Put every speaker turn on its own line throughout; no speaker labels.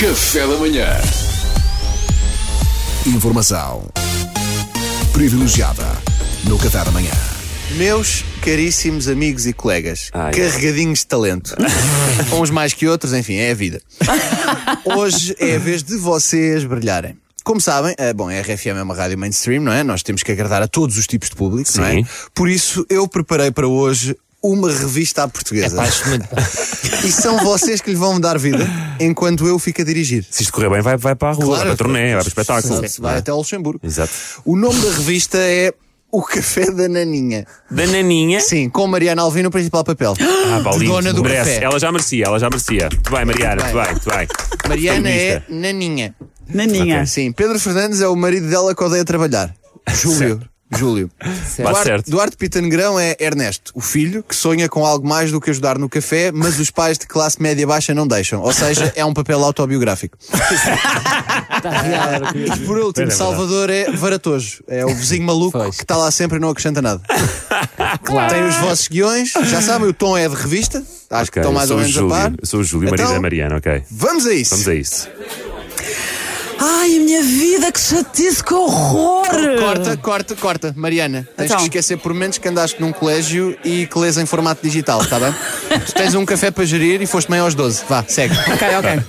Café da Manhã. Informação privilegiada no Café da Manhã.
Meus caríssimos amigos e colegas,
Ai,
carregadinhos de talento. Uns mais que outros, enfim, é a vida. Hoje é a vez de vocês brilharem. Como sabem, eh, bom, a RFM é uma rádio mainstream, não é? Nós temos que agradar a todos os tipos de público, não é?
Sim.
Por isso, eu preparei para hoje uma revista à portuguesa.
É
e são vocês que lhe vão dar vida enquanto eu fico a dirigir.
Se isto correr bem, vai, vai para a rua, vai para a turnê, vai para o espetáculo. É.
Se Vai até ao Luxemburgo.
Exato.
O nome da revista é O Café da Naninha.
Bananinha.
Sim, com Mariana Alvim no principal papel.
Ah, pá, lindo.
dona do
merece.
café.
Ela já merecia, ela já merecia. Muito bem, Mariana, muito
Bem.
bem, muito bem.
Mariana é
Feminista.
Naninha.
Naninha.
Sim, Pedro Fernandes é o marido dela que odeia trabalhar. Júlio. Júlio.
Bate
Duarte,
certo.
Duarte Pita Negrão é Ernesto, o filho que sonha com algo mais do que ajudar no café, mas os pais de classe média baixa não deixam. Ou seja, é um papel autobiográfico.
Tá
e por último,
Pois é,
Salvador é Varatojo. É o vizinho maluco que está lá sempre e não acrescenta nada. Tem os vossos guiões, já sabem, o tom é de revista. Acho que
Ok,
estão mais
eu
ou
sou o
menos a par.
Júlio, eu sou o Júlio, marido
Então,
da Mariana, ok.
Vamos a isso.
Vamos a isso.
Ai, a minha vida, que chatice, que horror!
Corta, corta, corta. Mariana, tens
Então.
que esquecer por menos que andaste num colégio e que lês em formato digital, está bem? tu tens um café para gerir e foste meio aos 12. Vá, segue.
Ok, ok.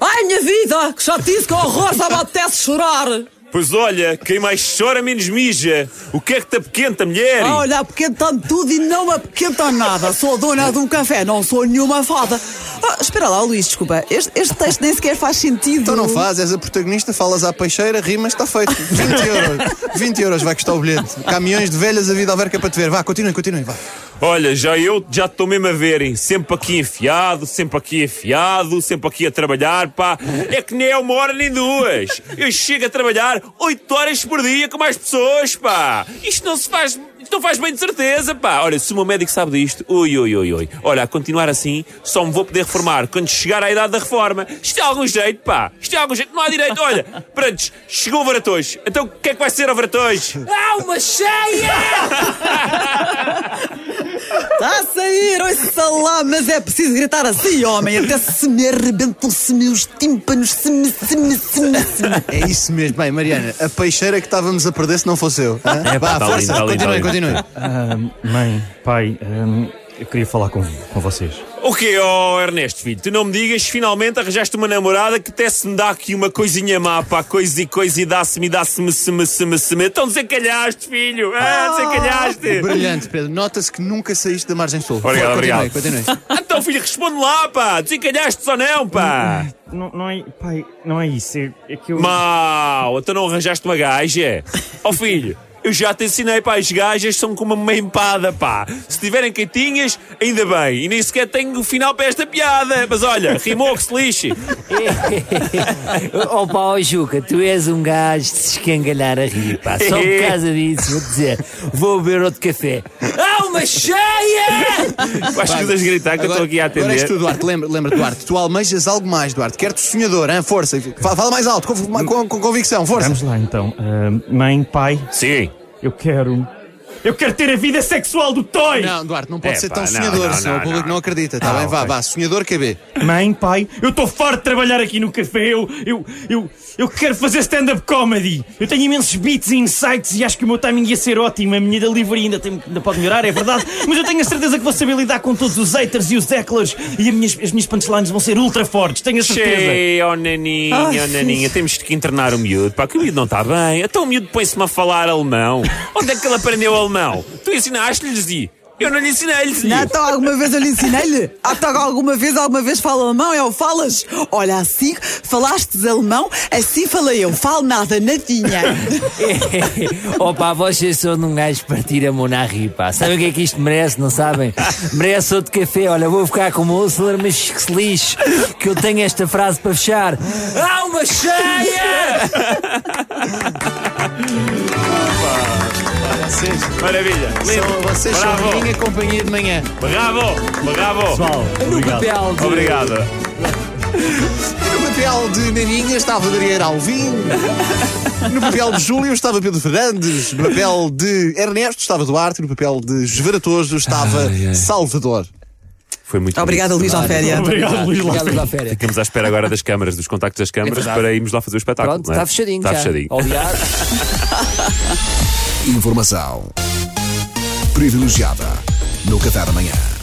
Ai, minha vida, que chatice, que horror, só me apetece chorar!
Pois olha, quem mais chora menos mija. O que é que te apoquenta, mulher?
Olha, apequentando tudo e não me apequentam nada. Sou a dona de um café, não sou nenhuma fada. Ah, espera lá, Luís, desculpa. Este, este texto nem sequer faz sentido.
Então não faz, és a protagonista, falas à peixeira, rimas, está feito. 20 euros. 20 euros vai custar o bilhete. Caminhões de velhas a vida alverca para te ver. Vá, continuem, continuem, vá.
Olha, já eu já estou mesmo a verem, sempre aqui enfiado, sempre aqui enfiado, sempre aqui a trabalhar, pá. É que nem é uma hora nem duas. Eu chego a trabalhar 8 horas por dia com mais pessoas, pá. Isto não se faz, isto não faz bem de certeza, pá. Olha, se o meu médico sabe disto, ui, ui, ui, ui. Olha, a continuar assim, só me vou poder reformar quando chegar à idade da reforma. Isto é algum jeito, pá. Isto é algum jeito, não há direito. Olha, pronto, chegou o Varatões. Então o que é que vai ser o Varatões?
Há uma cheia! Está a sair, ouça lá, mas é preciso gritar assim, homem, até se me arrebentam, se me os tímpanos, se me, se me, se me, se me.
É isso mesmo. Bem, Mariana, a peixeira que estávamos a perder se não fosse eu. hã?
É,
vá,
pá, tá
força,
lindo, tá lindo,
continuem,
tá lindo.
continuem.
Ah, mãe, pai, ahm, eu queria falar com, com vocês.
O que oh Ernesto, filho? Tu não me digas, finalmente arranjaste uma namorada que até se me dá aqui uma coisinha má, pá, coisa e coisa e dá-se-me, dá-se-me, se-me, se-me, se-me. Então desencalhaste, filho! Ah, desencalhaste!
Brilhante, Pedro. Nota-se que nunca saíste da margem sul.
Obrigado,
continuem,
obrigado.
continuem.
Então, filho, responde lá, pá! Desencalhaste ou não, pá!
Não, não é, pai, não é isso. É, é que eu.
Mau! Então não arranjaste uma gaja? é? Ó filho, eu já te ensinei, pá, as gajas são como uma empada, pá. Se tiverem quietinhas, ainda bem. E nem sequer tenho o final para esta piada. Mas olha, rimou que se lixe.
Ó pá, ó Juca, tu és um gajo de se escangalhar a rir, pá. Só por causa disso, vou dizer, vou beber outro café. Há uma cheia!
Acho que tens de gritar que eu estou aqui a
Agora és
atender.
tu, Duarte. Lembra, lembra, Duarte. Tu almejas algo mais, Duarte. Quero-te sonhador, hein? força. Fa- Fala mais alto, com, com- com convicção, força.
Vamos lá então. Ahm, mãe, pai,
Sim.
eu quero. Eu quero ter a vida sexual do Toy!
Não, Duarte, não pode
É,
ser
pá,
tão
não,
sonhador,
não,
senão
não,
o público
não.
não acredita. Tá bem, vá, vá. Sonhador KB.
Mãe, pai, eu estou farto de trabalhar aqui no café. Eu, eu, eu, eu quero fazer stand-up comedy. Eu tenho imensos beats e insights e acho que o meu timing ia ser ótimo. A minha delivery ainda, tem, ainda pode melhorar, é verdade. Mas eu tenho a certeza que vou saber lidar com todos os haters e os hecklers. E as minhas, as minhas punchlines vão ser ultra fortes, tenho a certeza.
Cheio, oh naninha,
Ai,
oh naninha, temos que internar o miúdo. Pá, que o miúdo não está bem. Então o miúdo põe-se-me a falar alemão. Onde é que ele aprendeu alemão? Tu ensinaste-lhes e eu não lhe ensinei-lhes.
Não,
Não,
então alguma vez eu lhe ensinei-lhe? Ah, Então alguma vez, alguma vez fala alemão? Eu falas? Olha, assim falaste alemão, assim falei eu. Falo nada, nadinha.
Ó pá, vocês são de um gajo de partir a mão na rir, pá. Sabem o que é que isto merece, não sabem? Merece outro café. Olha, vou ficar como Ulceler, mas que se lixe, que eu tenho esta frase para fechar. Há uma cheia!
Vocês
Maravilha.
são,
Lindo.
vocês são a minha
Bravo.
companhia de manhã.
Bravo. Bravo.
Pessoal, obrigado.
Papel de-
Obrigado.
No papel de Naninha estava Adriano Alvim. No papel de Júlio estava Pedro Fernandes. No papel de Ernesto estava Duarte. No papel de Esveratoso estava Salvador.
Foi muito
Obrigada,
bonito. é?
Luís Alféria.
Obrigado, Luís Lopes.
Obrigado, Laféria.
Ficamos à espera agora das câmaras, dos contactos das câmaras,
verdade.
para irmos lá fazer o espetáculo.
Pronto,
não é?
está fechadinho.
Está
já.
fechadinho.
Olhar.
Informação privilegiada no Café da Manhã.